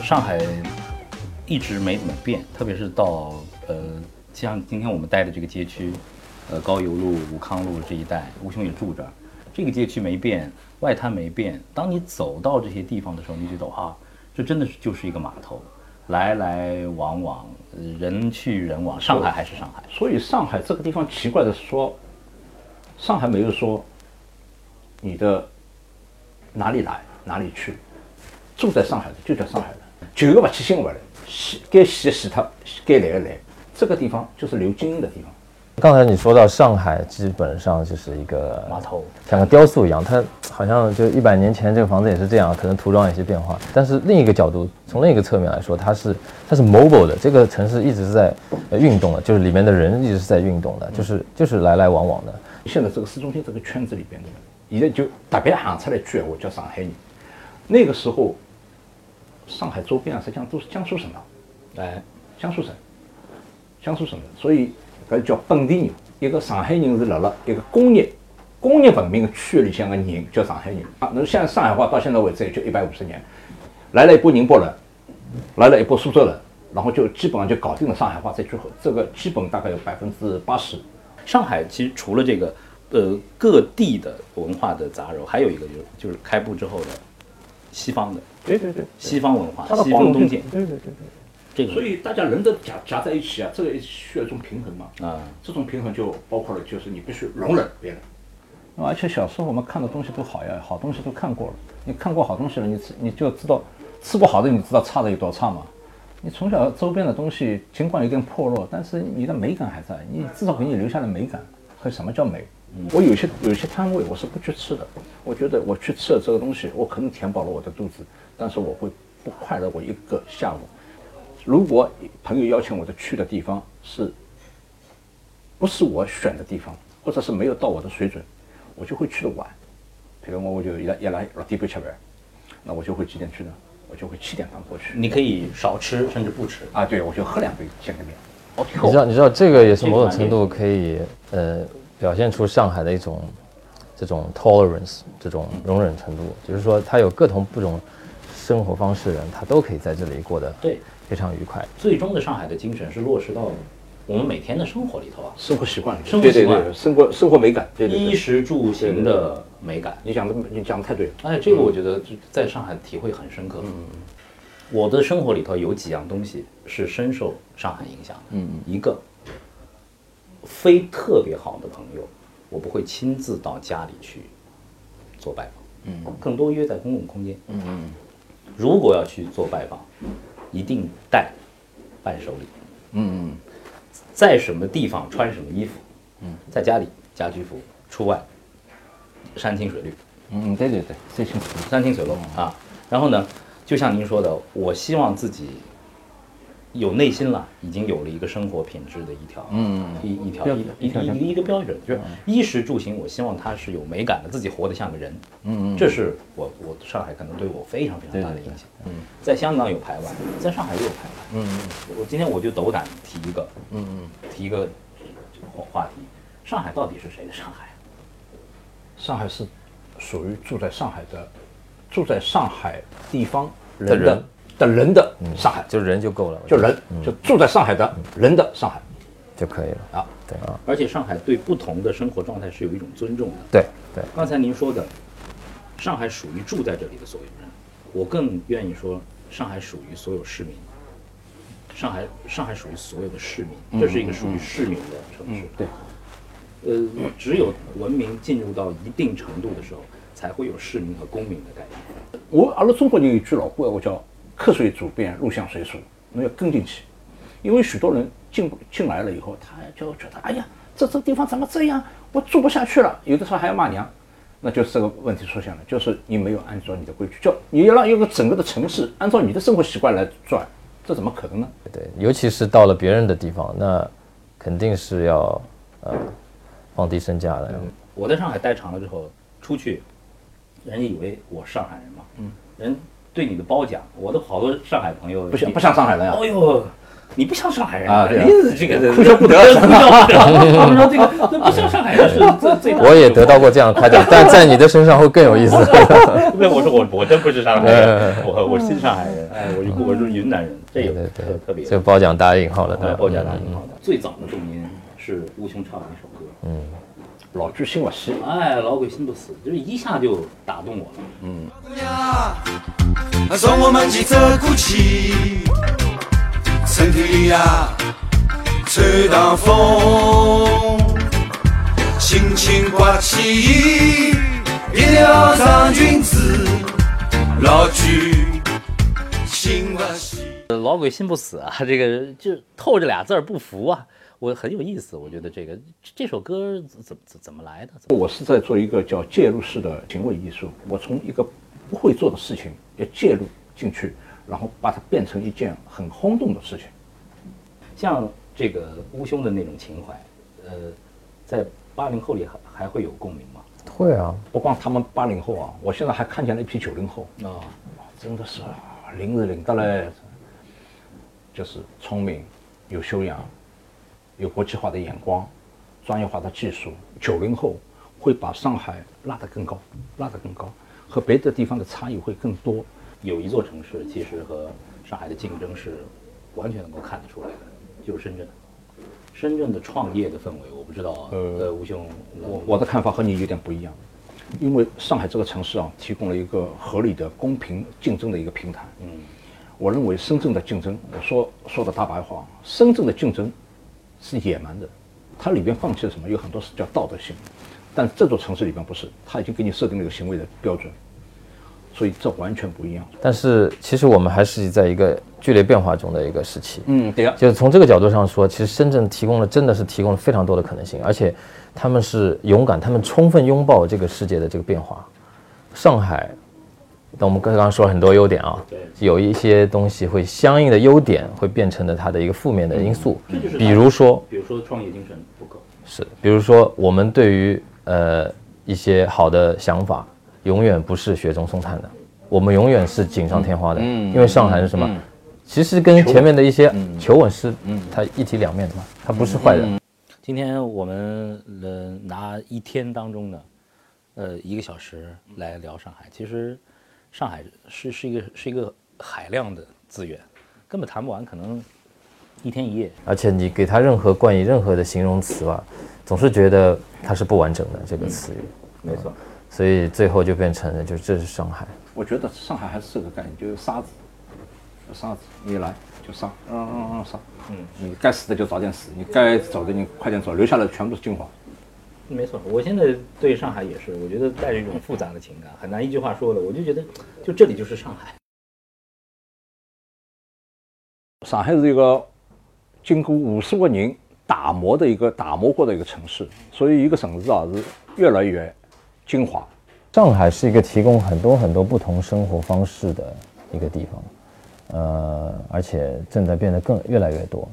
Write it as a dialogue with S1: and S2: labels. S1: 上海一直没怎么变，特别是到呃，像今天我们待的这个街区，呃，高邮路、武康路这一带，吴兄也住这儿，这个街区没变，外滩没变。当你走到这些地方的时候，你就觉得啊，这真的是就是一个码头，来来往往，呃人去人往。上海还是上海，
S2: 所以上海这个地方奇怪的说，上海没有说你的哪里来哪里去，住在上海的就叫上海人，旧个勿去新个勿来，洗该洗的洗脱，该来的来，这个地方就是流精英的地方。
S3: 刚才你说到上海，基本上就是一个
S1: 码头，
S3: 像个雕塑一样，它好像就一百年前这个房子也是这样，可能涂装有些变化。但是另一个角度，从另一个侧面来说，它是它是 mobile 的，这个城市一直是在呃运动的，就是里面的人一直是在运动的，就是就是来来往往的。
S2: 现在这个市中心这个圈子里边的人，现在就特别喊出来一句闲话叫上海人。那个时候，上海周边啊，实际上都是江苏省的，
S1: 哎，
S2: 江苏省，江苏省的，所以搿叫本地人。一个上海人是辣辣一个工业工业文明的区域里向的人叫上海人啊。侬像上海话到现在为止也就一百五十年，来了一波宁波人，来了一波苏州人，然后就基本上就搞定了上海话这句话，这个基本大概有百分之八十。
S1: 上海其实除了这个，呃，各地的文化的杂糅，还有一个就是就是开埠之后的西方的
S2: 对对对，
S1: 西方文化
S2: 它的，
S1: 西
S2: 包
S1: 方
S2: 容
S1: 东
S2: 性
S1: 西，
S2: 对对对。
S1: 这个
S2: 所以大家人都夹夹在一起啊，这个需要一种平衡嘛。
S1: 啊、
S2: 这种平衡就包括了，就是你必须容忍别人。啊而且小时候我们看的东西都好呀，好东西都看过了。你看过好东西了，你吃你就知道，吃过好的，你知道差的有多差嘛。你从小周边的东西尽管有点破落，但是你的美感还在，你至少给你留下了美感。和什么叫美？我有些有些摊位我是不去吃的，我觉得我去吃了这个东西，我可能填饱了我的肚子，但是我会不快乐我一个下午。如果朋友邀请我的去的地方是不是我选的地方，或者是没有到我的水准，我就会去的晚。比如我我就一来一来老弟不吃饭，那我就会几点去呢？我就会七点半过去。
S1: 你可以少吃甚至不吃，
S2: 啊，对，我就喝两杯见个面。我
S3: 你知
S2: 跳
S3: 道，你知道这个也是某种程度可以呃表现出上海的一种这种 tolerance 这种容忍程度，就是说它有各种不同生活方式的人，他都可以在这里过得
S1: 对，
S3: 非常愉快。
S1: 最终的上海的精神是落实到我们每天的生活里头啊，
S2: 生活习惯里，
S1: 生活习惯
S2: 对对对，生活生活美感，对对
S1: 衣
S2: 对。
S1: 食住行的美感。
S2: 你讲的你讲的太对了，
S1: 哎，这个我觉得就在上海体会很深刻。我的生活里头有几样东西是深受上海影响的。嗯，一个非特别好的朋友，我不会亲自到家里去做拜访。嗯，更多约在公共空间。嗯嗯，如果要去做拜访，一定带伴手礼。嗯，在什么地方穿什么衣服？嗯，在家里家居服，出外山清水绿。
S2: 嗯，对对对，最清楚。
S1: 山清水落啊。然后呢，就像您说的，我希望自己有内心了，已经有了一个生活品质的一条，嗯，一一条
S2: 标
S1: 一
S2: 准
S1: 一一一个标准，嗯就是衣食住行，我希望它是有美感的，自己活得像个人，嗯，这是我我上海可能对我非常非常大的影响，嗯，在香港有排湾，在上海也有排湾，嗯，我今天我就斗胆提一个，嗯嗯，提一个话话题，上海到底是谁的上海？
S2: 上海是属于住在上海的，住在上海地方
S3: 的
S2: 人嗯
S3: 人
S2: 的的人的上海，
S3: 就人就够了，
S2: 就人就住在上海的人的上海
S3: 就可以了。
S2: 啊。
S3: 对啊，
S1: 而且上海对不同的生活状态是有一种尊重的，
S3: 对对，
S1: 刚才您说的，上海属于住在这里的所有人，我更愿意说，上海属于所有市民。上海，上海属于所有的市
S2: 嗯
S1: 民，这是一个属于市民的城市。
S2: 对。
S1: 呃，只有文明进入到一定程度的时候，才会有市民和公民的概念。
S2: 我阿拉中国人有一句老古闲话叫“客随主便，入乡随俗”，侬要跟进去。因为许多人进不进来了以后，他就觉得哎呀，这这地方怎么这样，我住不下去了。有的时候还要骂娘，那就是这个问题出现了，就是你没有按照你的规矩，叫你要让一个整个的城市按照你的生活习惯来转，这怎么可能呢？
S3: 对，尤其是到了别人的地方，那肯定是要呃放低身价的。
S1: 我在上海待长了之后，出去，人家以为我上海人嘛，嗯，人对你的褒奖，我的好多上海朋友
S2: 不像不像上海人啊
S1: 哎呦，你不像上海人
S2: 啊对啊
S1: 你这个
S2: 哭笑不得
S1: 哭笑不得。他们说这个这不像上海人是最最大的
S3: 我也得到过这样的夸 奖，但在你的身上会更有意思。
S1: 对，我说我我真不是上海人，我我是上海人，哎，我是我是云南人，这有
S3: 对对
S1: 特特别。
S3: 这褒奖打引号了，
S1: 哎，
S3: 对
S1: 包家大挺好的。最早的重音是乌熊唱的一首歌，
S2: 老居心不死，
S1: 嗯哎，老鬼心不死，就是一下就打动我了。
S4: 姑娘，送我们几只古琴，城头里呀吹荡风，轻轻刮起一条长裙子，老君心不死。
S1: 老鬼心不死啊，这个就透着俩字儿不服啊，我很有意思，我觉得这个这这首歌怎怎怎么来的？怎么
S2: 我是在做一个叫介入式的行为艺术，我从一个不会做的事情要介入进去，然后把它变成一件很轰动的事情。
S1: 像这个乌兄的那种情怀，呃，在八零后里还还会有共鸣吗？
S3: 会啊，
S2: 不光他们八零后啊，我现在还看见了一批九零后，
S1: 啊、
S2: 真的是啊领是领到了，就是聪明、有修养、有国际化的眼光、专业化的技术。九零后会把上海拉得更高，拉得更高，和别的地方的差异会更多。
S1: 有一座城市其实和上海的竞争是完全能够看得出来的，就是深圳。深圳的创业的氛围，我不知道，呃，吴兄，
S2: 我我的看法和你有点不一样，因为上海这个城市啊，提供了一个合理的、公平竞争的一个平台。嗯，我认为深圳的竞争，我说说的大白话，啊深圳的竞争是野蛮的，它里边放弃了什么？有很多是叫道德性，但这座城市里边不是，它已经给你设定了一个行为的标准，所以这完全不一样。
S3: 但是其实我们还是在一个剧烈变化中的一个时期。
S2: 嗯，对
S1: 啊
S2: 呀、
S3: 就是从这个角度上说，其实深圳提供了真的是提供了非常多的可能性，而且他们是勇敢，他们充分拥抱这个世界的这个变化。上海，那我们刚刚说了很多优点啊，
S1: 对
S3: 有一些东西会相应的优点会变成了它的一个负面的因素，
S1: 嗯这就是它
S3: 比如说
S1: 比如说创业精神不够，
S3: 是，比如说我们对于呃一些好的想法，永远不是雪中送炭的，我们永远是锦上添花的。
S1: 嗯
S3: 因为上海是什么？其实跟前面的一些求稳是，
S1: 嗯
S3: 它一体两面的嘛，它不是坏的。
S1: 今天我们呃拿一天当中的呃一个小时来聊上海，其实上海是是一个是一个海量的资源，根本谈不完，可能一天一夜。
S3: 而且你给它任何冠以任何的形容词吧，总是觉得它是不完整的这个词语，
S1: 嗯
S3: 啊
S1: 没错，
S3: 所以最后就变成了就是这是上海。
S2: 我觉得上海还是这个概念，就是沙子，沙子，你来就杀，嗯嗯嗯杀，嗯，你该死的就早点死，你该走的你快点走，留下来的全部是精华。
S1: 没错。我现在对上海也是，我觉得带着一种复杂的情感，很难一句话说的。我就觉得，就这里就是上海。
S2: 上海是一个经过无数个人打磨的一个打磨过的一个城市，所以一个城市啊是越来越精华。
S3: 上海是一个提供很多很多不同生活方式的一个地方，呃，而且正在变得更越来越多。